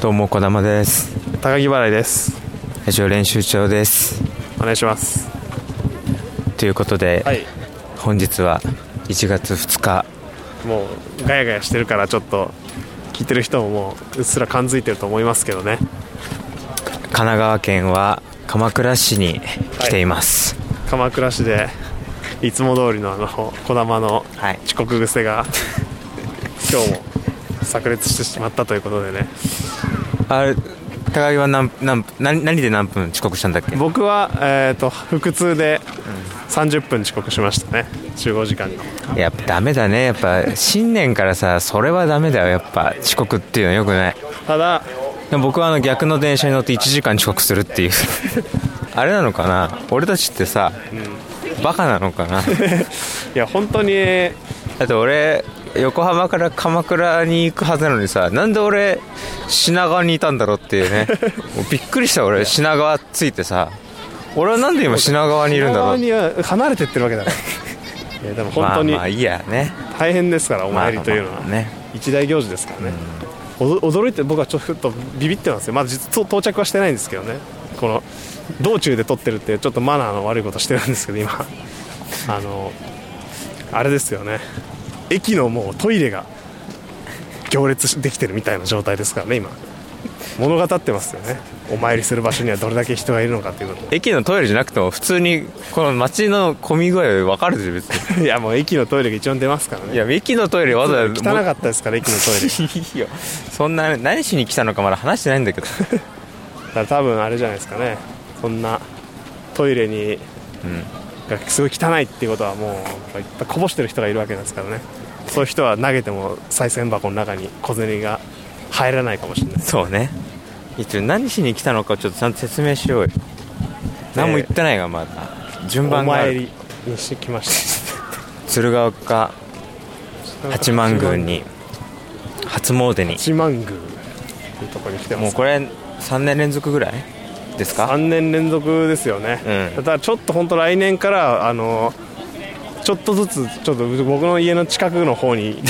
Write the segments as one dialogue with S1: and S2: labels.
S1: どうも小玉です
S2: 高木払いです
S1: ラジオ練習長です
S2: お願いします
S1: ということで、
S2: はい
S1: 本日は1月2日
S2: もうガヤガヤしてるからちょっと聞いてる人ももううっすら感づいてると思いますけどね
S1: 神奈川県は鎌倉市に来ています
S2: 鎌倉市でいつも通りのあの児玉の
S1: はい
S2: 遅刻癖が今日も炸裂してしまったということでね
S1: あれ高木は何何何何で何分遅刻したんだっけ
S2: 僕はえっ、と腹痛で30分遅刻しましたね集合時間に
S1: やっぱダメだねやっぱ新年からさそれはダメだよやっぱ遅刻っていうのはよくない
S2: ただ
S1: でも僕はあの逆の電車に乗って1時間遅刻するっ ていうあれなのかな俺たちってさ、バカなのかな
S2: いや本当に
S1: だって俺横浜から鎌倉に行くはずなのにさなんで俺品川にいたんだろうっていう ねもうびっくりした俺品川着いてさ俺はなんで今品川にいるんだろう
S2: 品川には離れてってるわけだからいやでも本当に
S1: まあまあいいやね
S2: 大変ですからお
S1: まあ
S2: 参りというのは、
S1: まあね
S2: 一大行事ですからね、おど驚いて僕はちょっとビビってますよまだ実は到着はしてないんですけどねこの道中で撮ってるっていうちょっとマナーの悪いことしてるんですけど 今あのあれですよね駅のもうトイレが行列しできてるみたいな状態ですからね今物語ってますよねお参りする場所にはどれだけ人がいるのかっていうこと
S1: 駅のトイレじゃなくても普通にこの街の混み具合分かるでしょ別に
S2: いやもう駅のトイレが一番出ますから
S1: い
S2: ね
S1: や駅のトイレわざ わざ
S2: 汚かったですから駅のトイレ
S1: いいよそんな何しに来たのかまだ話してないんだけど
S2: だから多分あれじゃないですかねそんなトイレに、がすごい汚いっていうことはもういっぱいこぼしてる人がいるわけですからねそういう人は投げても賽銭箱の中に小銭が入らないかもしれないです
S1: そうね一応何しに来たのかちょっとちゃんと説明しようよ何も言ってないがまだ順
S2: お
S1: 番があ
S2: 参
S1: る
S2: りにしてきました
S1: 鶴岡八幡宮に初詣に
S2: 八幡宮というところに来てま
S1: もう
S2: す
S1: これ3年連続ぐらいです
S2: 3
S1: か
S2: 年連続ですよね、
S1: うん
S2: だからちょっと本当来年からあのちょっとずつちょっと僕の家の近くの方 に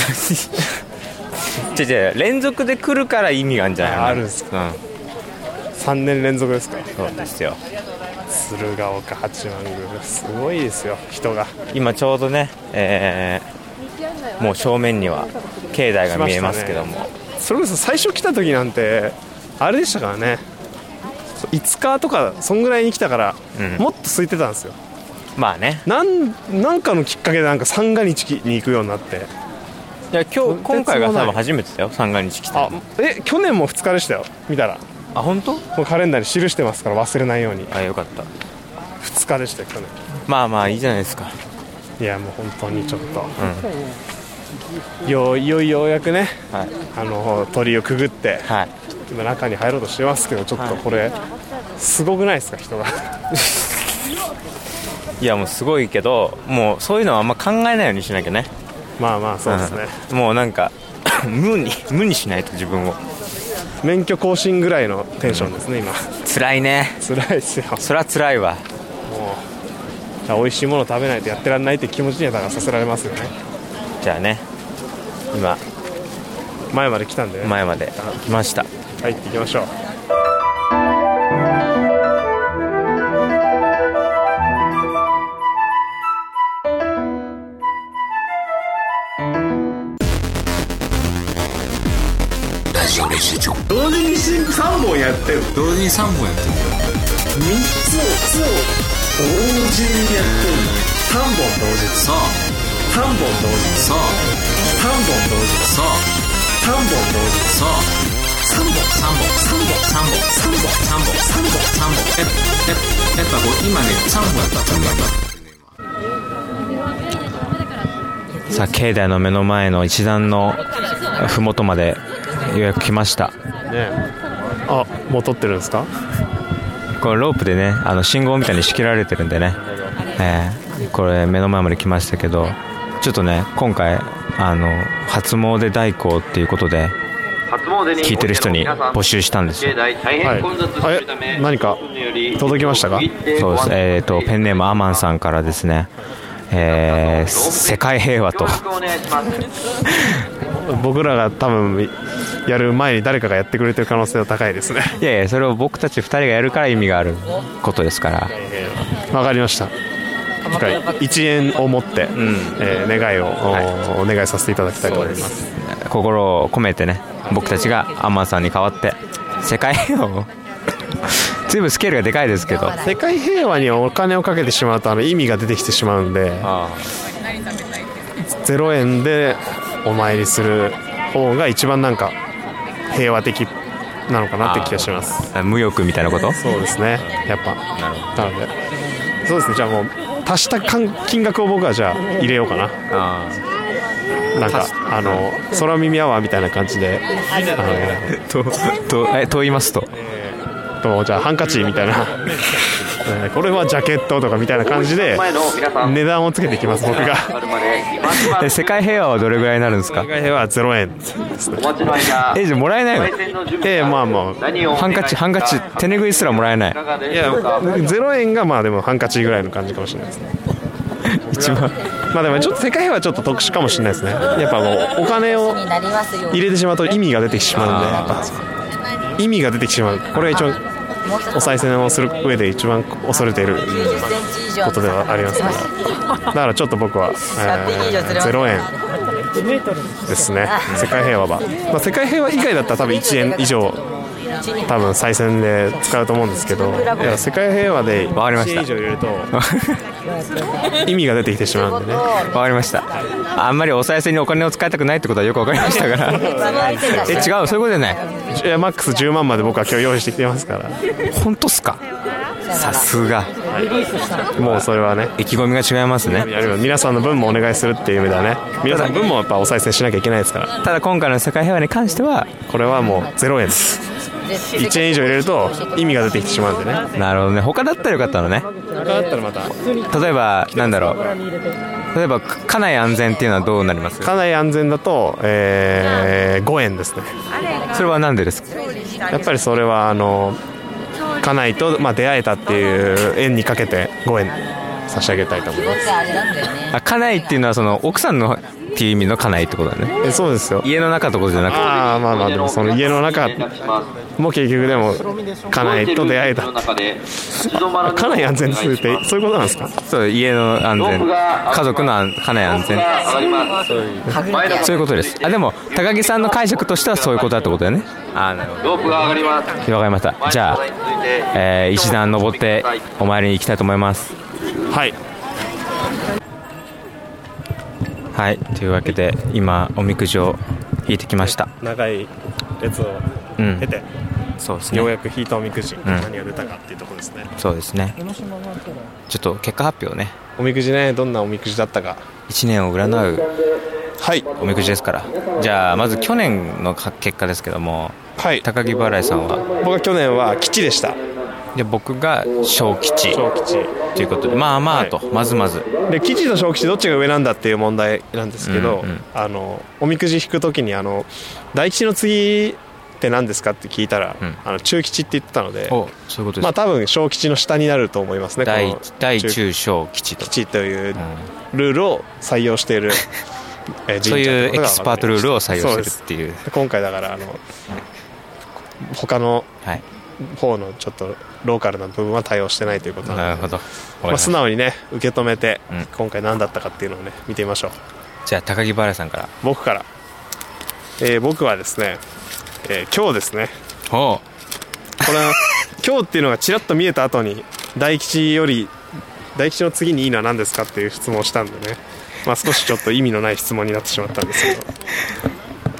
S1: 違う違う連続で来るから意味があるんじゃないの
S2: ああるんす
S1: う
S2: 3年連続ですか
S1: んそうですよ
S2: 鶴岡八幡宮すごいですよ人が
S1: 今ちょうどね、えーもう正面には境内が見えますけども、
S2: それこそ最初来た時なんてあれでしたからねそう5日とかそんぐらいに来たから、
S1: うん
S2: もっと空いてたんですよ
S1: まあね
S2: なんなんかのきっかけでなんか三が日に行くようになって
S1: いや今日
S2: とてつもない
S1: 今回が多分初めてだよ三が日来た
S2: あ
S1: の
S2: え去年も2日でしたよ見たら
S1: あ本当？
S2: もうカレンダーに記してますから忘れないように
S1: あよかった
S2: 2日でしたよ去年
S1: まあまあいいじゃないですか
S2: いやもう本当にちょっと、よういよいようやくね
S1: はい
S2: あの鳥をくぐって
S1: はい
S2: 今中に入ろうとしてますけどちょっとこれ、すごくないですか人が
S1: いやもうすごいけどもうそういうのはあんま考えないようにしなきゃね
S2: まあまあそうですね、
S1: うんもうなんか 無に無にしないと自分を
S2: 免許更新ぐらいのテンションですね、今
S1: 辛いね
S2: 辛いですよも
S1: そりゃ辛いわ
S2: う美味しいもの食べないとやってらんないって気持ちにはだからさせられますよね
S1: じゃあね今
S2: 前まで来たんでね、
S1: 前まで来ました
S2: 入っていきましょう同時に3本やってる
S3: 同時に3本やってる
S2: 3つを同時にやってる3本同時
S3: さあ
S2: 3本同時
S3: さあ
S2: 3本同時
S3: さあ
S2: 3本同時
S3: さあ3本3本3本3本3本3本3本ええやっぱこう今ね3本やった3本やった
S1: さあ境内の目の前の一段の麓までようやく来ました
S2: ねあもう撮ってるんですか
S1: このロープでねあの信号みたいに仕切られてるんでね、えーこれ目の前まで来ましたけどちょっとね今回あの初詣代行っていうことで聞
S4: 聞
S1: いてる人に募集したんですよ
S2: はいえ何か届きましたか
S1: そうですえー、とペンネームアマンさんから ですね、えー世界平和と
S2: 僕らが多分やる前に誰かがやってくれてる可能性は高いですね
S1: いやいやそれを僕たち2人がやるから意味があることですから
S2: わかりました1円を持って、えー願いを、おお願いさせていただきたいと思います
S1: 心を込めてね僕たちがアンマンさんに代わって世界を 随分スケールがでかいですけど
S2: 世界平和にお金をかけてしまうとあの意味が出てきてしまうんで0円でお参りする方が一番なんか平和的なのかなって気がします
S1: 無欲みたいなこと
S2: そうですねやっぱなのでそうですねじゃあもう足した金金額を僕はじゃあ入れようかな
S1: あ
S2: なんかあの空耳アワーみたいな感じであ
S1: ーととえと言いますと
S2: のとじゃあハンカチみたいな えーこれはジャケットとかみたいな感じで値段をつけていきます僕が
S1: え世界平和はどれぐらいになるんですか
S2: 世界平和は0円ですね
S1: えじゃあもらえないの
S2: ええまあまあ
S1: ハンカチハンカチ手拭いすらもらえない
S2: いや0円がまあでもハンカチぐらいの感じかもしれないですね
S1: 一番
S2: まあでもちょっと世界平和はちょっと特殊かもしれないですねやっぱもうお金を
S4: になりますように
S2: 入れてしまうと意味が出てきてしまうんでやっぱ意味が出てきてしまうこれが一番
S4: もう一つ
S2: お賽銭をする上で一番恐れている
S4: 90センチ以上
S2: ことではありますねだからちょっと僕は、えー、0円ですね世界平和は、まあ、世界平和以外だったら多分1円以上多分賽銭で使うと思うんですけどいや世界平和で
S1: わかりま
S2: 1
S1: した
S2: 円以上入れると意味が出てきてしまうんでね
S1: わかりましたあんまりお賽銭にお金を使いたくないってことはよくわかりましたからえ違うそういうことじゃない
S2: いやマックス10万まで僕は今日用意してきてますから
S1: 本当っすかさすが
S2: もうそれはね
S1: 意気込みが違いますね
S2: やるよ皆さんの分もお願いするっていう意味ではね皆さんの分もやっぱお賽銭しなきゃいけないですから
S1: ただ今回の世界平和に関しては
S2: これはもう0円です1円以上入れると意味が出てきてしまうんでね
S1: なるほどね他だったらよかったのね
S2: だったらまた
S1: 例えばなんだろう例えばか家内安全っていうのはどうなります
S2: かなり安全だと、えー、5円ですね
S1: それはなんでですか
S2: やっぱりそれはあの家内と、まあ、出会えたっていう縁にかけて5円差し上げたいと思います
S4: があれなんだよね
S1: あ家内っていうのはその奥さんのっていう意味の家内ってことだね
S2: えそうですよ
S1: 家の中ってことじゃなくて
S2: ああまあまあでもその家の中も結局でも家内と出会えた家内安全にするってそういうことなんですか
S1: そう家の安全家族の安家内安全そういうことですあでも高木さんの解釈としてはそういうことだってことだよねああなるほど
S5: ロープが上がります
S1: わかりましたじゃあ、えー石段登ってお参りに行きたいと思います
S2: はい
S1: はいというわけで今おみくじを引いてきました
S2: 長い列を
S1: うん
S2: 経て、
S1: そうです
S2: よう
S1: ね
S2: やく引いたおみくじ、何が出たかっていうところですね
S1: そうですねちょっと結果発表ね
S2: おみくじねどんなおみくじだったか
S1: 1年を占う
S2: はい
S1: おみくじですからじゃあまず去年のか結果ですけども
S2: はい
S1: 高木払いさんは
S2: 僕は去年は吉でした
S1: で僕が小吉
S2: 小吉
S1: ということでまあまあと、まずまず
S2: で吉と小吉どっちが上なんだっていう問題なんですけど、
S1: うんうん
S2: あのおみくじ引くときにあの大吉の次って何ですかって聞いたら、
S1: うん
S2: あの中吉って言ってたので
S1: おそういうことです、
S2: まあ多分小吉の下になると思いますね
S1: 大
S2: この
S1: 大中小吉と
S2: 吉という
S1: うん
S2: ルールを採 用している、えー
S1: そういうエ
S2: 神社
S1: キ
S2: って
S1: スパ
S2: ことが分か
S1: ートルールを採用
S2: そ
S1: し
S2: うで
S1: てるっていう
S2: で今回だからあの他の
S1: はい
S2: 方のちょっとローカルな部分は対応してないということなので
S1: なるほどわかり
S2: まあ、
S1: まし
S2: 素
S1: た
S2: 直にね受け止めて、
S1: うん
S2: 今回何だったかっていうのをね見てみましょう
S1: じゃあ高木払いさんから
S2: 僕から、えー僕はですね、えー今日ですね
S1: おう
S2: これは 今日っていうのがちらっと見えた後に大吉より大吉の次にいいのは何ですかっていう質問をしたんでねまあ少しちょっと意味のない質問になってしまったんですけど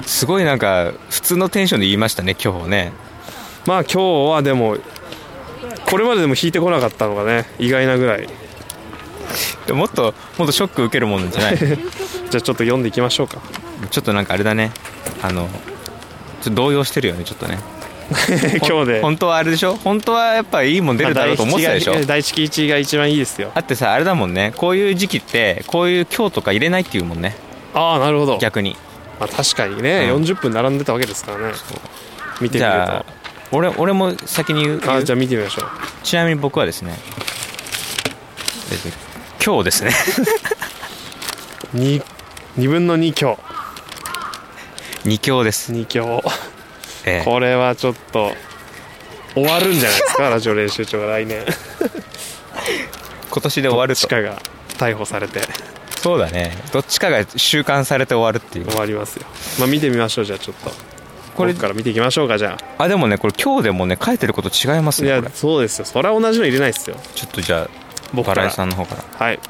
S1: すごいなんか普通のテンションで言いましたね今日ね
S2: まあ今日はでもこれまででも引いてこなかったのがね意外なぐらい
S1: でももっともっとショック受けるもんなんじゃない ち
S2: じゃあちょっと読んでいきまし ょうか
S1: ょっとなんかあれだねあのちょっと動揺してるよねちょっとね
S2: 今日で
S1: 本当はあれでしょ本当はやっぱいいもん出るだろうと思ってたでしょ
S2: まあ大吉が大吉が一番いいですよ
S1: だってさあれだもんねこういう時期ってこういう今日とか入れないっていうもんね
S2: ああなるほど
S1: 逆に
S2: まあ、確かにね、
S1: うん
S2: 40分並んでたわけですからね見てみると
S1: じゃあ俺俺も先に言う
S2: あじゃあ見てみましょう
S1: ちなみに僕はですねえっと今日ですね
S2: 2, 二分の2強
S1: 二強です、
S2: 2強
S1: ええ
S2: これはちょっと終わるんじゃない ですかラジオ練習長が来年
S1: 今年で終わる
S2: 地
S1: と
S2: 下が逮捕されて
S1: そうだねどっちかが収監されて終わるっていう
S2: 終わりますよまあ見てみましょうじゃあちょっと
S1: こ
S2: こ
S1: れ
S2: れから見ていきましょうかじゃあ
S1: あでもねこれ今日でもね書いてること違います
S2: い
S1: ね
S2: や
S1: これ
S2: そうですよそれは同じの入れないですよ
S1: ちょっとじゃあ
S2: 僕
S1: バ
S2: か
S1: ラエ
S2: ら
S1: さんの方から
S2: はい、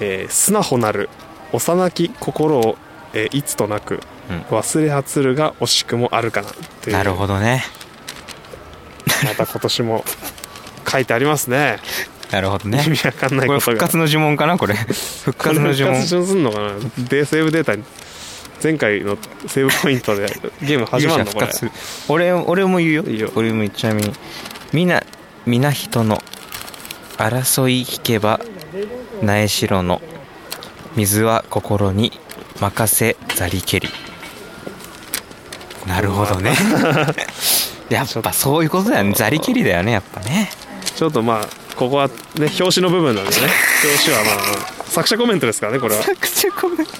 S2: えー素直なる幼き心を、えーいつとなく、
S1: うん
S2: 忘れはつるが惜しくもあるかなという
S1: なるほどね
S2: また今年も書いてありますね
S1: なるほど
S2: 意
S1: ね
S2: 味わかんない
S1: こ
S2: こ
S1: れ
S2: と
S1: 復
S2: が
S1: 活の呪文かなこ れ復
S2: これ
S1: 活の呪文
S2: 復活するのかなデーセーブデータに前回のセーブポイントでゲーム始まるのこ
S1: 勇者復
S2: れ
S1: 活俺俺も言うよ
S2: いいよ
S1: 俺も言っちゃうみにみなみな人の争い聞けば苗代の水は心に任せざりけりなるほ どねやっぱそういうことだよねざりけりだよねやっぱね
S2: ちょっとまあここはね表紙の部分なんでね表紙はまあまあ作者コメントですからねこれは
S1: くちゃコメント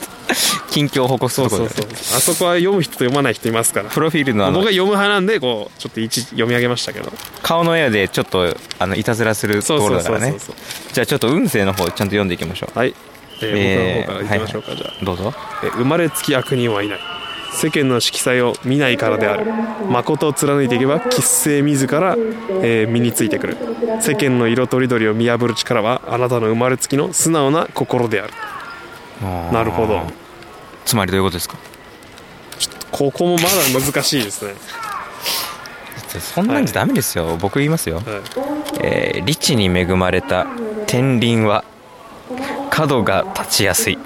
S1: 近況を報告す
S2: そ
S1: る
S2: う
S1: とこ
S2: そ
S1: ろ
S2: う
S1: だよ
S2: そうあそこは読む人と読まない人いますから
S1: プロフィールのあ
S2: 僕
S1: の
S2: は読む派なんでこうちょっと一読み上げましたけど
S1: 顔の絵でちょっとあのいたずらする
S2: そ
S1: と
S2: う
S1: こ
S2: そ
S1: ろだから
S2: うそうそ
S1: ね
S2: うそう
S1: じゃあちょっと運勢の方ちゃんと読んでいきましょう
S2: はい、えー
S1: えー
S2: 僕の方からいきましょうか、じゃあ、
S1: どうぞ
S2: えー生まれつき悪人はいない世間の色彩を見ないからである誠を貫いていけば吉星自ら、えー身についてくる世間の色とりどりを見破る力はあなたの生まれつきの素直な心であるな
S1: な
S2: るほど
S1: つまりどういうことですか
S2: ここもまだ難しいですね、
S1: そんなんじゃダメですよ、僕言いますよ、
S2: はい
S1: えー、リチに恵まれた天輪は角が立ちやすい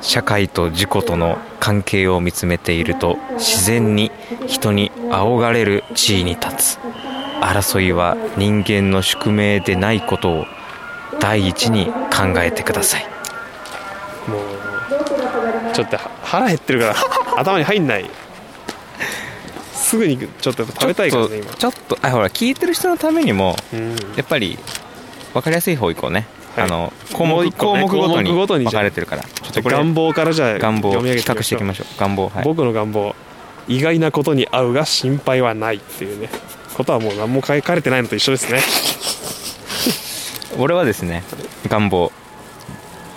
S1: 社会と自己との関係を見つめていると自然に人に仰がれる地位に立つ争いは人間の宿命でないことを第一に考えてください
S2: もうちょっとは腹減ってるから 頭に入んないすぐにちょっとやっぱ食べたいからね今
S1: ちょっとちょっとあほら聞いてる人のためにも
S2: うん
S1: やっぱり分かりやすい方行こうね、
S2: はい
S1: あの項
S2: もう
S1: 目
S2: 一個
S1: 項
S2: ね
S1: 目ごとに
S2: 項目ごとに
S1: 分
S2: じゃあ
S1: かれてるからちょっとこれ
S2: 願望からじゃあ
S1: 願望
S2: 読み上げ
S1: 比
S2: てい
S1: 較
S2: きま
S1: し
S2: してょ
S1: いうきましょう願望はい
S2: 僕の願望意外なことに合うが心配はないっていうねことはもう何も書かれてないのと一緒ですね
S1: 俺はですね願望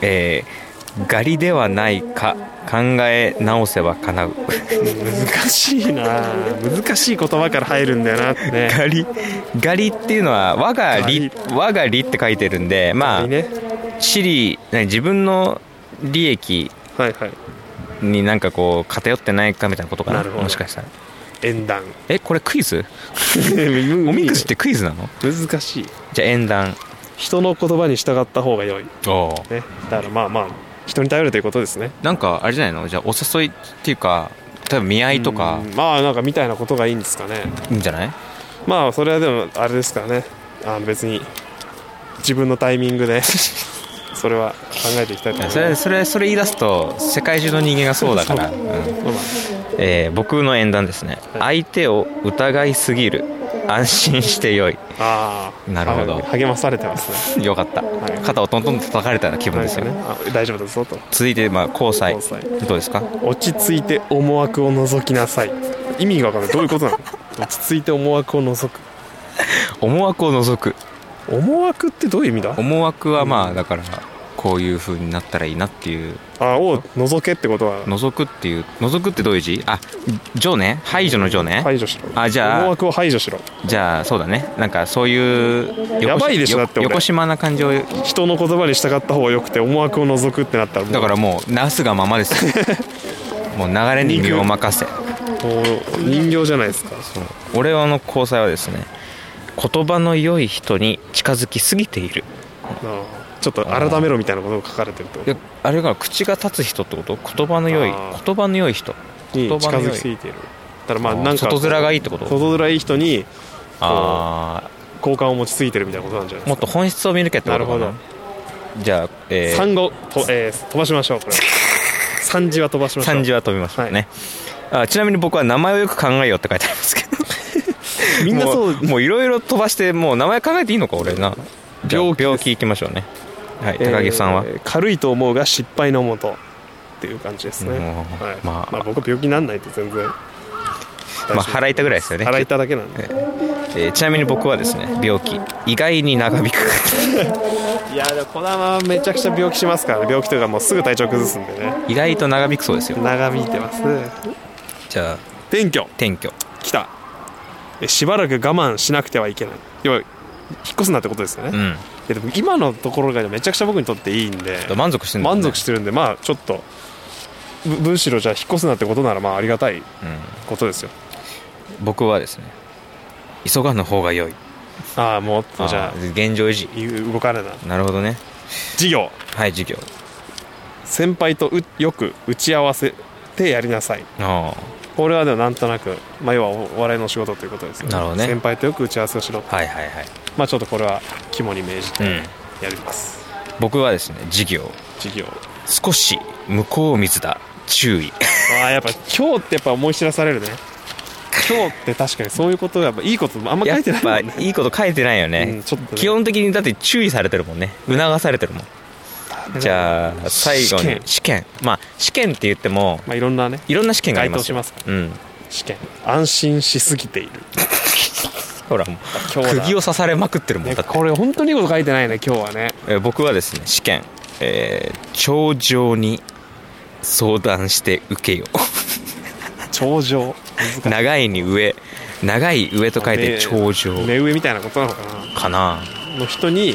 S1: えー、ガリではないか考え直せば叶う
S2: 難しいな難しい言葉から入るんだよなってね
S1: ガリガリっていうのは我が利
S2: ガ
S1: 我が利って書いてるんでまあ
S2: ね
S1: 私利何自分の利益
S2: はいはい
S1: になんかこう偏ってないかみたいなことかな
S2: なるほど
S1: もしかしたら
S2: 縁談
S1: えこれクイズ
S2: お
S1: おみくじってクイズなの
S2: 難しい
S1: じゃあ縁談
S2: 人の言葉に従った方が良いね
S1: おお
S2: だからまあまあ人に頼るということですね
S1: なんかあれじゃないのじゃあお誘いっていうか例えば見合いとか
S2: うんまあなんかみたいなことがいいんですかね
S1: いいんじゃない
S2: まあそれはでもあれですからねあの別に自分のタイミングで それは考えていきたいと思います
S1: それそれそれ言い出すと世界中の人間がそうだから、うん
S2: まあ
S1: えー僕の縁談ですね相手を疑いすぎる安心してよい
S2: ああ
S1: なるほど
S2: はい励まされてますね
S1: よかった
S2: い
S1: 肩をトントンと叩かれたような気分
S2: な
S1: で
S2: ん
S1: す
S2: か
S1: よ
S2: ね
S1: ね
S2: あ大丈夫だぞと
S1: 続いてまあ交際
S2: 交際
S1: どうですか
S2: 落ち着いて思惑を覗きなさい意味が分かんないどういうことなの落ち着いて思惑を覗く
S1: 思惑を除く
S2: 思惑ってどういう意味だ
S1: 思惑はまあだからこういう風になったらいいなっていう
S2: あを覗けってことは
S1: 除くっていう除くってどういう字あ除ね排除の除ね
S2: 排除しろ
S1: あじゃあ
S2: 思惑を排除しろ
S1: じゃあそうだねなんかそういう
S2: やばいでしょ
S1: よ
S2: だって俺
S1: 横島な感じを
S2: 人の言葉に従った方がよくて思惑を覗くってなったらもう
S1: だからもうなすがまま ですよもう流れに身を任せ
S2: もう人形じゃないですか
S1: 俺の交際はですね言葉の良い人に近づきすぎている
S2: ああちょっと改めろみたいなことが書かれてると
S1: いやあれが口が立つ人ってこと言葉の良い
S2: あー
S1: 言葉の良い人
S2: に
S1: 言葉
S2: 近
S1: の良い
S2: づきすぎているだからまあ
S1: あー
S2: なんか
S1: 外面がいいってこと
S2: 外面いい人に
S1: あ
S2: 好感を持ちすぎてるみたいなことなんじゃない
S1: あもっと本質を見抜けってことかな
S2: なる
S1: じゃあ、えー、
S2: 産後と、えー飛ばしましょうこれ 三時は飛ばしましょう
S1: 漢字は飛びましたね、あちなみに僕は名前をよく考えようって書いてありますけど
S2: みんなそう
S1: もうもういろいろ飛ばしてもう名前考えていいのか俺なじゃあ
S2: 病気です
S1: 病気いきましょうねはい高木さんは、
S2: えー軽いと思うが失敗のもとっていう感じですね、
S1: うん
S2: はい
S1: まあ
S2: まあ、僕病気にならないって全然
S1: まあ腹痛ぐらいですよね
S2: 腹痛だけなんで
S1: えーちなみに僕はですね病気意外に長引く
S2: いやでもこのままめちゃくちゃ病気しますからね病気というかもうすぐ体調崩すんでね
S1: 意外と長引くそうですよ
S2: 長引いてますね
S1: じゃあ
S2: 転居
S1: 転居
S2: 来たえしばらく我慢しなくてはいけない要は引っ越すなってことですよね、
S1: う
S2: い
S1: ん
S2: やでも今のところがめちゃくちゃ僕にとっていいんで
S1: 満足してるんだ、ね、
S2: 満足してるんでまあちょっとむむしろじゃあ引っ越すなってことならまあありがたいことですよ
S1: 僕はですね急がぬ方が良い
S2: ああもうじゃ
S1: あー現状維持
S2: あい動かねえな
S1: なるほどね
S2: 事業
S1: はい授業
S2: 先輩とうよく打ち合わせてやりなさい
S1: あ
S2: これはでもなんとなく、まあ、要はお笑いの仕事ということですよ
S1: なるほどね
S2: 先輩とよく打ち合わせをしろ
S1: あはいはいはい
S2: まあちょっとこれは肝に銘じ
S1: う
S2: て
S1: ん
S2: やります、
S1: 僕はですね授業
S2: 事業
S1: 少し向こう水だ注意
S2: ああやっぱ今日ってやっぱ思い知らされるね今日って確かにそういうことやっぱいいことあんま書
S1: や
S2: い
S1: って
S2: ないも
S1: ぱ
S2: んね
S1: いいこと書いてないよね、
S2: うんちょっとね
S1: 基本的にだって注意されてるもんね促されてるもんじゃあ最後に試
S2: 試
S1: 験
S2: 験
S1: まあ試験って言っても
S2: まあいろんなね
S1: いろんな試験があり
S2: 該
S1: ま
S2: 当
S1: す
S2: し
S1: よ
S2: ますから
S1: うん
S2: 試験安心しすぎている
S1: ほらもう
S2: 今日だ
S1: 釘を刺されまくってるもん
S2: ね
S1: だって
S2: これ本当にいいこと書いてないね今日はね
S1: えー僕はですね試験えー頂上に相談して受けよ
S2: 頂上
S1: 長いに上長い上と書いて頂上
S2: 目上みたいなことなのか
S1: かな
S2: なの人に意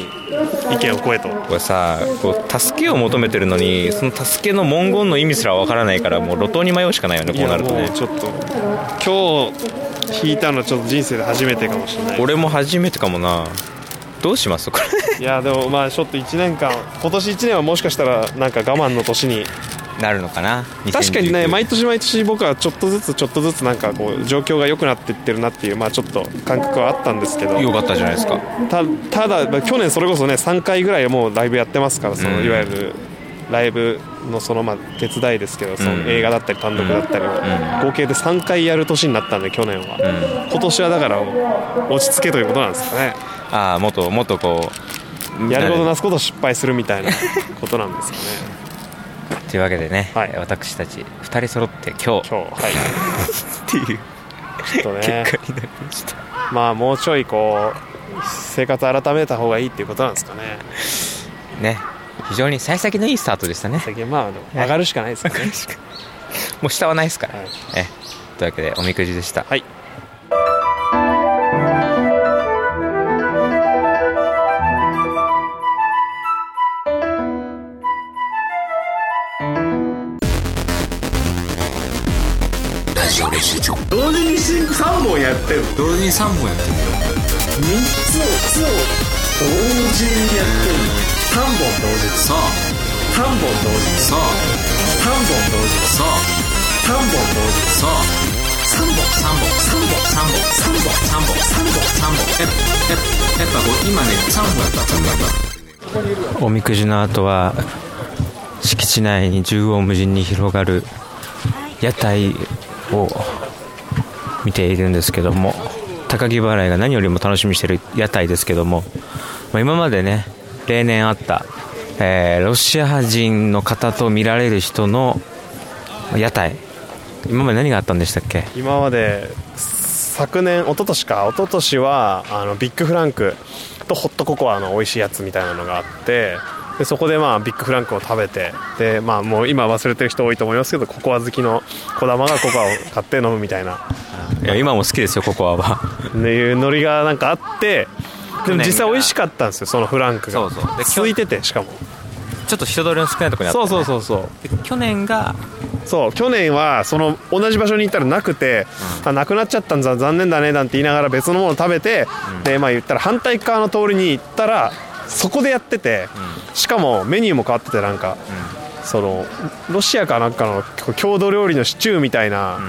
S2: 見を超えと
S1: これさこう助けを求めてるのにその助けの文言の意味すらわからないからもう路頭に迷うしかないよねこうなると
S2: いや
S1: ね
S2: もうちょっと今日引いたのはちょっと人生で初めてかもしれない
S1: 俺も初めてかもなどうしますこれ
S2: いやでもまあちょっと1年間今年1年はもしかしたらなんか我慢の年に
S1: なるのかな
S2: 確かにね
S1: 2019
S2: 毎年毎年僕はちょっとずつちょっとずつなんかこう状況が良くなっていってるなっていうまあちょっと感覚はあったんですけど
S1: よかったじゃないですか
S2: たただまあ去年それこそね3回ぐらいもうライブやってますからその、
S1: うん
S2: いわゆるライブのそのまあ手伝いですけどその
S1: うん
S2: 映画だったり単独だったりを、合計で3回やる年になったんで去年は、今年はだから落ち着けということなんですかね
S1: ああもっともっとこう
S2: やること
S1: な
S2: なすこと失敗するみ たいなことなんですかね
S1: というわけでね、
S2: はい
S1: 私たち2人揃って今日
S2: 今日はい
S1: っていう
S2: ちょっと ね
S1: 結果になりました、
S2: まあもうちょいこう生活改めた方がいいっていうことなんですかね
S1: ね非常に幸先のいいスタートでしたね
S2: 最近まあでも上がるしかないですかね
S1: もう下はないですから、
S2: はい
S1: えというわけでおみくじでした
S2: はい
S3: ラジオ練習長
S4: 同時に3本やってる
S3: 同時に3本やってみよ
S4: 3つをつを同時にやってる3本同時
S3: うさあ
S4: 3本同時
S3: さあ
S4: 3本同時
S3: さあ
S4: 3本同時
S3: さあ3本3本3本3本3本3本3本やっぱやっぱこう今ね3本やった3本やった
S1: おみくじの後は敷地内に縦横無尽に広がる屋台を見ているんですけども高木払いが何よりも楽しみにしてる屋台ですけども、まあ、今までね例年あった、えーロシア人の方と見られる人の屋台今まで何があったんでしたっけ
S2: 今まで昨年一昨年か一昨年はあのビッグフランクとホットココアの美味しいやつみたいなのがあってでそこでまあビッグフランクを食べてで、まあ、もう今忘れてる人多いと思いますけどココア好きの小玉がココアを買って飲むみたいな
S1: いや今も好きですよココアは
S2: っていうノリがなんかあってでも実際美味しかったんですよそのフランクが
S1: そうそうで
S2: 続いててしかも
S1: ちょっと人通りの少ないところにあった、
S2: そう
S1: ね、
S2: そうそうそう
S1: う去年が
S2: そう去年はその同じ場所に行ったらなくて、あなくなっちゃったんだ残念だねなんて言いながら別のものを食べて、でまあ言ったら反対側の通りに行ったらそこでやってて、しかもメニューも変わっててなんか、そのロシアかなんかの郷土料理のシチューみたいな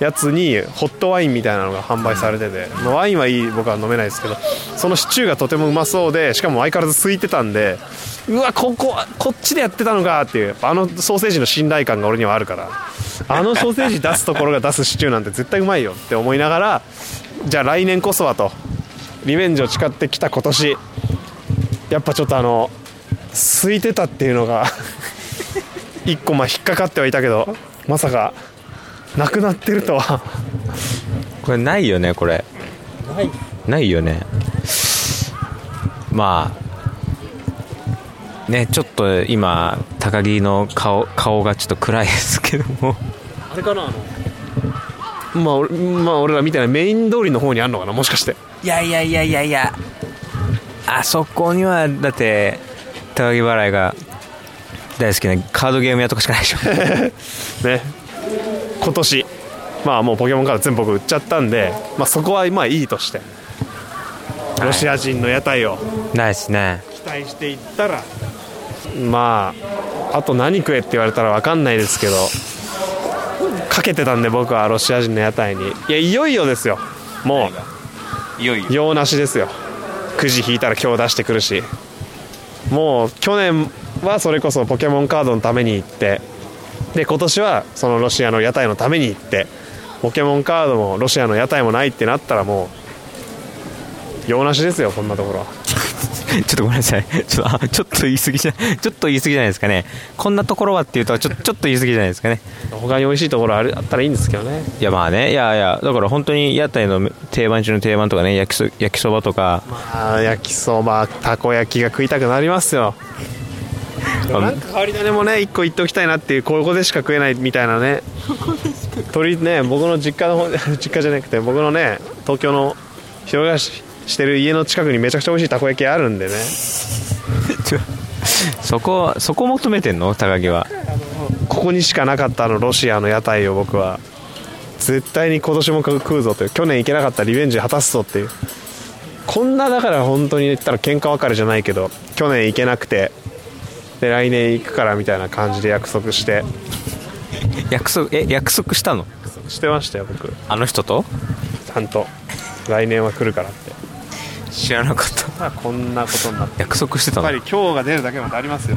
S2: やつにホットワインみたいなのが販売されてて、まあワインはいい僕は飲めないですけどそのシチューがとてもうまそうでしかも相変わらず空いてたんでうわこここっちでやってたのかっていうやっぱあのソーセージの信頼感が俺にはあるからあのソーセージ出すところが出すシチューなんて絶対うまいよって思いながらじゃあ来年こそはとリベンジを誓ってきた今年やっぱちょっとあの空いてたっていうのが 一個まあ引っかかってはいたけどまさかなくなってるとは
S1: これないよねこれないよねまあねちょっと今高木の顔顔がちょっと暗いですけども
S2: あれかなあのまあ俺まあ俺らみたいなメイン通りの方にあるのかなもしかして
S1: いやいやいやいやいやあそこにはだって高木払いが大好きなカードゲーム屋とかしかないで しょ
S2: ね今年まあもうポケモンカード全部僕売っちゃったんで、まあ、そこはまあいいとしてロシア人の屋台を
S1: ないですね
S2: 期待していったらまああと何食えって言われたら分かんないですけどかけてたんで僕はロシア人の屋台にいやいよいよですよも
S1: いよいう
S2: 用なしですよくじ引いたら今日出してくるしもう去年はそれこそポケモンカードのために行ってで今年はそのロシアの屋台のために行ってポケモンカードもロシアの屋台もないってなったらもう用なしですよこんなところは
S1: ちょっとごめんなさい。ちょっと、あ、ちょっと言い過ぎじゃ、ちょっと言い過ぎじゃないですかね。こんなところはっていうと、ちょ、ちょっと言い過ぎじゃないですかね。
S2: 他に美味しいところあるあったらいいんですけどね
S1: いや、まあね、いやいや、だから本当に屋台の定番中の定番とかね、焼きそ、焼きそばと か。
S2: あー焼きそばたこ焼きが食いたくなりますよでもなんか変わり種もね一個言っておきたいなっていうここでしか食えないみたいなね鳥ね僕の実家の方 実家じゃなくて僕のね東京の広がししてる家の近くにめちゃくちゃ美味しいたこ焼きあるんでね
S1: ちょそこ、そこ求めてんの高木は。
S2: ここにしかなかったあのロシアの屋台を僕は絶対に今年も食うぞという去年行けなかったリベンジ果たすぞっていうこんなだから本当に言ったら喧嘩別れじゃないけど去年行けなくてで来年行くからみたいな感じで約束して
S1: 約束、え、約束したの
S2: してましたよ僕ち
S1: あの人と
S2: ゃんと来年は来るからって
S1: 知らなかった。
S2: さあこんなことになって
S1: 約束してたの
S2: やっぱり今日が出るだけまでありますよ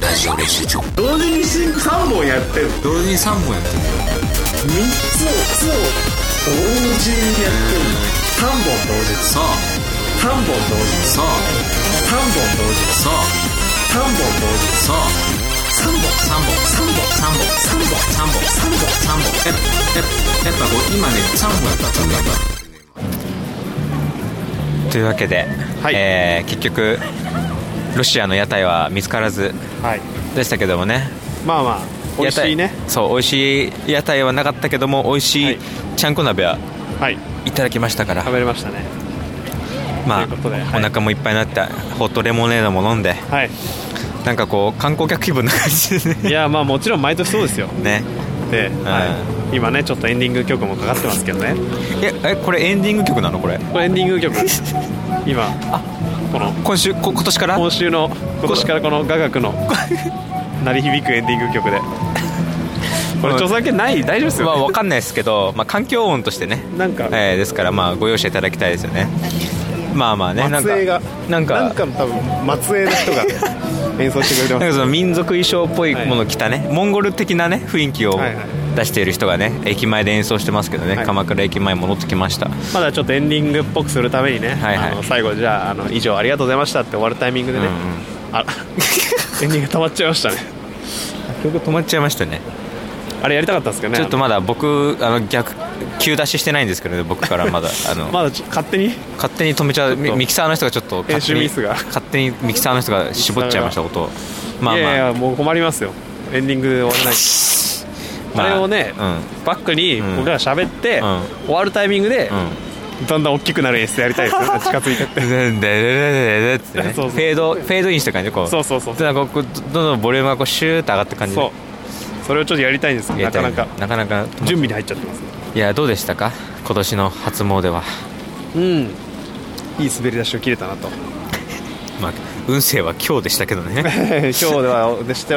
S3: ラジオ練習長
S4: 同時に新3本やってる
S3: 同時に3本やってる
S4: 3つを同時にやってる3本同時
S3: そう
S4: 3本同時
S3: そう
S4: 3本同時
S3: そう
S4: 3本同時
S3: そう3本3本3本3本3本3本3本3本やっぱやっぱこう今ね3本やった3本やった
S1: というわけで、
S2: はい
S1: えー結局、ロシアの屋台は見つからず
S2: はい
S1: でしたけどもね。
S2: まあまあ美味しいね
S1: 屋台そう美味しい屋台はなかったけども美味し
S2: はい
S1: いちゃんこ鍋は
S2: はい
S1: いただきましたから、
S2: 食べれましたね
S1: まあ
S2: ということで
S1: お
S2: はい
S1: 腹もいっぱいになってホットレモネードも飲んで
S2: はい
S1: なんかこう観光客気分な感じです
S2: い
S1: ね
S2: やまあもちろん毎年そうですよ
S1: ね
S2: で、
S1: は
S2: 今ねちょっとエンディング曲もかかってますけどね
S1: ええこれエンディング曲なのこれ
S2: これエンディング曲 今この
S1: 今週こ今年から
S2: 今週の今年からこの雅楽の鳴り響くエンディング曲でこれ著作権ない大丈夫です
S1: まあ
S2: よ、
S1: わかんないですけど、まあ、環境音としてね
S2: なんか
S1: えーですからまあご容赦いただきたいですよねまあまあねなんか
S2: 末裔が
S1: なんか
S2: なんかの多分末裔の人が 演奏してくれて
S1: なん
S2: ま
S1: か
S2: す
S1: その民族衣装っぽいものを着たね、モンゴル的なね雰囲気を
S2: はいはい
S1: 出している人がね駅前で演奏してますけどね、
S2: はい
S1: 鎌倉駅前戻ってきました
S2: まだちょっとエンディングっぽくするためにね、
S1: はいはい
S2: あの最後じゃああの以上ありがとうございましたって終わるタイミングでね、
S1: うんうん
S2: あ エンディング止まっちゃいましたね
S1: 曲止まっちゃいましたね
S2: あれやりたかったんですけどね
S1: ちょっとまだ僕あの逆急出ししてないんですけどね僕からまだあの、
S2: まだちょ勝手に
S1: 勝手に止めちゃう
S2: ちょっ
S1: ミ
S2: と
S1: ミキサーの人がちょっと勝手に
S2: 編集ミスが
S1: 勝手にミキサーの人が絞っちゃいました音をまあまあ
S2: いやいやもう困りますよエンディングで終わらない
S1: ま
S2: あれをねバックに
S1: うん
S2: 僕ら喋って、
S1: うん
S2: 終わるタイミングで
S1: う、んうん
S2: だんだん大きくなる演出やりたいです よ近づいてっ
S1: でで
S2: て
S1: ででででってねフ
S2: そうそう
S1: ェードフェードインした感じでこう
S2: そうそうそう
S1: でなんかこうどどんどんボリュームがこうシューッと上がった感じで
S2: そうそれをちょっとやりたいんですけど
S1: や
S2: な
S1: りた
S2: か
S1: い
S2: なか
S1: なかなか
S2: 準備に入っちゃってます
S1: いやどうでしたか今年の初詣は、
S2: うんいい滑り出しを切れたな と
S1: まあ、運勢は今日でしたけど ね
S2: 今日ではでした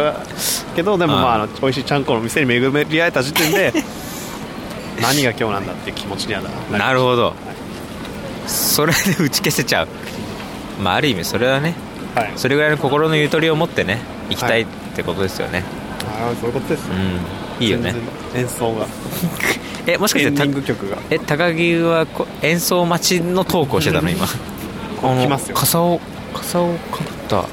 S2: けどでも
S1: あー
S2: まああの美味しいちゃんこの店に巡り合えた時点 で何が今日なんだっていう気持ちにはなる
S1: なるほどそれで打ち消せちゃうまあある意味それはね
S2: はい
S1: それぐらいの心のゆとりを持ってね行きたいってことですよね、
S2: ああそういうことです
S1: うんいいよね
S2: 全然演奏が
S1: えもしか
S2: エ
S1: し
S2: ンディン
S1: て
S2: グ曲が
S1: え高木はこ演奏待ちのトークをしてたの今あの
S2: 来ますよ
S1: 傘を傘をかぶった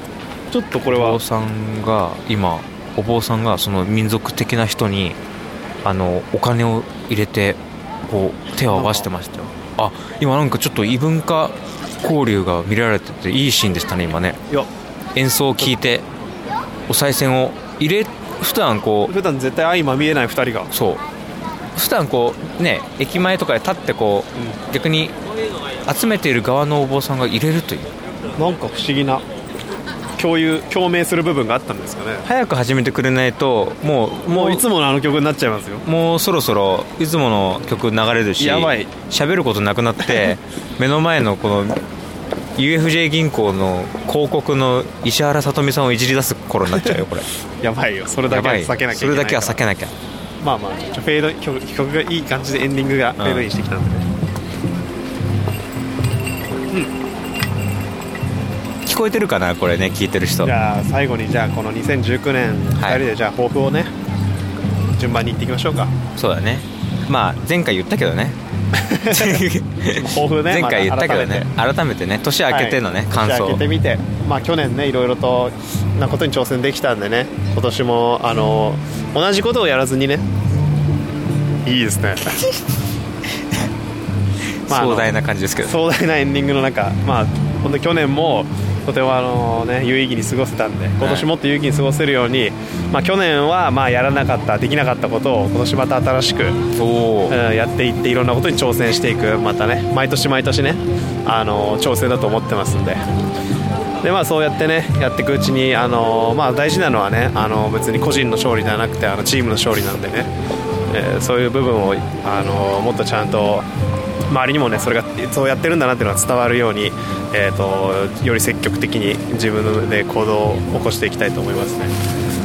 S2: ちょっとこれ
S1: お
S2: は
S1: 坊さんが今お坊さんがその民族的な人にあのお金を入れてこう手を合わせてましたよあ今なんかちょっと異文化交流が見られてていいシーンでしたね今ね
S2: いや
S1: 演奏を聞いてお賽銭を入れ普段こう
S2: 普段絶対相まみえない2人が
S1: そう普段こうね駅前とかで立ってこう、逆に集めている側のお坊さんが入れるという
S2: なんか不思議な共有共鳴する部分があったんですかね
S1: 早く始めてくれないともう
S2: もういつものあの曲になっちゃいますよ
S1: もうそろそろいつもの曲流れるし
S2: やばい
S1: 喋ることなくなって 目の前のこの UFJ 銀行の広告の石原さとみさんをいじり出す頃になっちゃうよ これ
S2: やばいよそれだけは避けなきゃいけない
S1: それだけは避けなきゃ
S2: まあまあちょっとフェード曲曲がいい感じでエンディングがフェードインしてきたんで、
S1: 聞こえてるかなこれね聞いてる人
S2: じゃあ最後にじゃあこの2019年2
S1: はい
S2: 人でじゃあ抱負をね順番に言っていきましょうか
S1: そうだねまあ前回言ったけどね
S2: 抱負ね
S1: 前回言ったけどね
S2: ま
S1: 改めてね年明けてのね、
S2: は
S1: 感
S2: い年
S1: 想
S2: 明けてみて、まあ、去年ねいろいろとなことに挑戦できたんでね今年もあの同じことをやらずにねいいですね まああの
S1: 壮大な感じですけど、
S2: 壮大なエンディングの中まあ本当去年もとてもあのね有意義に過ごせたんで今年もっと有意義に過ごせるように、まあ去年はまあやらなかったできなかったことを今年また新しく、
S1: おお
S2: うん、やっていっていろんなことに挑戦していくまたね毎年毎年ねあの挑戦だと思ってますんで。でまあ、そうやってねやっていくうちに、あのまあ、大事なのはね、あの別に個人の勝利ではなくてあのチームの勝利なんでね、えーそういう部分を、あのもっとちゃんと周りにもねそれがそうやってるんだなっていうのが伝わるように、えー、とより積極的に自分で行動を起こしていきたいと思いますね。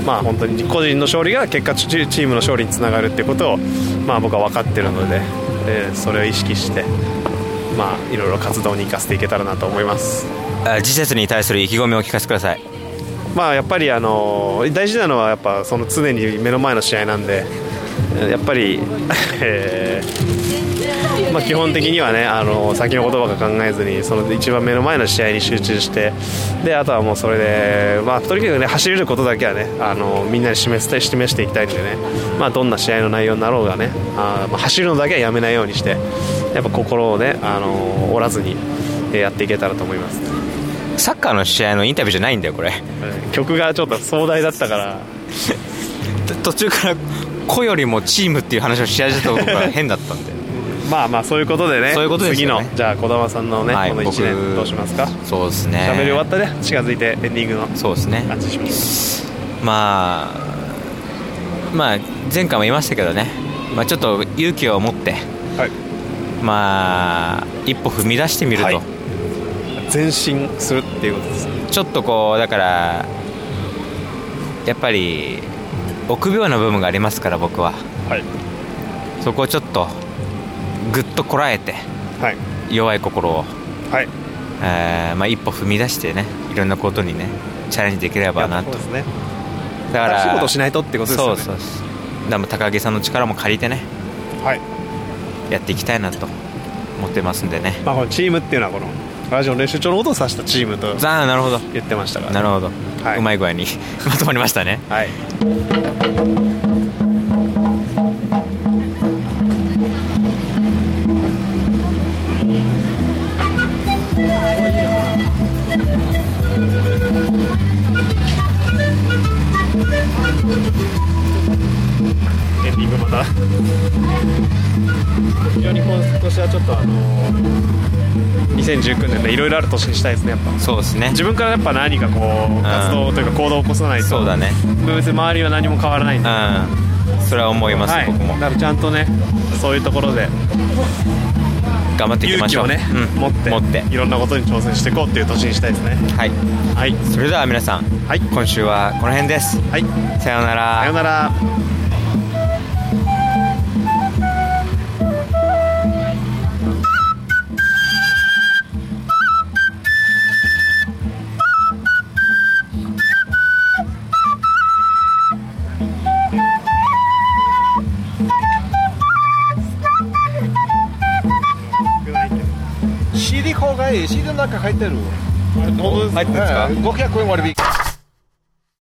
S2: まあ、本当に個人の勝利が結果チチームの勝利につながるっていうことを、まあ、僕は分かってるので、えーそれを意識して、まあ、いろいろ活動に生かせていけたらなと思います。
S1: あ次節に対する意気込みをお聞かせください
S2: まあ、やっぱりあの大事なのはやっぱその常に目の前の試合なんでえやっぱり、 えーまあ、基本的にはねあの先のことばっか考えずにその一番目の前の試合に集中してであとはもうそれで、まあ、とにかく、ね、走れることだけはねあのみんなに示したい示していきたいんでね、まあ、どんな試合の内容になろうがねあー、まあ、走るのだけはやめないようにしてやっぱ心をねあの折らずにえーやっていけたらと思います。
S1: サッカーの試合のインタビューじゃないんだよこれ
S2: えー曲がちょっと壮大だったから
S1: 途中から「子よりもチーム」っていう話をし始めたことが変だった んで
S2: まあまあそういうことでね
S1: そういうことですよね
S2: 次のじゃあ児玉さんのね、
S1: はい
S2: この1年
S1: 僕
S2: どうしますか
S1: そうですね
S2: 喋り終わったね近づいてエンディングの
S1: そうですね
S2: 感じします
S1: まあまあ前回も言いましたけどね、まあ、ちょっと勇気を持って
S2: はい
S1: まあ一歩踏み出してみると、
S2: はい前進するっていうことです
S1: ちょっとこうだからやっぱり臆病な部分がありますから僕は
S2: はい
S1: そこをちょっとぐっとこらえて
S2: はい
S1: 弱い心を
S2: はい
S1: えーまあ、一歩踏み出してねいろんなことにねチャレンジできればなと
S2: そう
S1: だ
S2: ですね
S1: か
S2: 新
S1: ら
S2: しいことをしないとってことですよね
S1: そうそうそうだからもう高木さんの力も借りてね
S2: はい、
S1: やっていきたいなと思ってますんでね
S2: まあ、このチームっていうのはこのラジオの練習帳のことを指したチームと
S1: ざあなるほど
S2: 言ってましたから
S1: なるほど、
S2: はいう
S1: まい具合に まとまりましたね
S2: はいエンディングまた非常に今年はちょっとあの2019年でいろいろある年にしたいですねやっぱ
S1: そうですね
S2: 自分からやっぱ何かこう活動というか行動を起こさないと
S1: そうだね
S2: 別に周りは何も変わらないん
S1: う
S2: で、
S1: んそれは思います、
S2: はい、
S1: 僕も
S2: だからちゃんとねそういうところで
S1: 頑張っていき
S2: 勇
S1: まし
S2: 気
S1: ょう
S2: をね、
S1: うん、
S2: 持って
S1: 持って
S2: いろんなことに挑戦していこうっていう年にしたいですね
S1: はい
S2: はい
S1: それでは皆さん
S2: はい
S1: 今週はこの辺です
S2: はい
S1: さような
S2: さようなら
S6: 方がいいシーズンなんか入ってる
S2: 入ってんですか
S6: 500円割引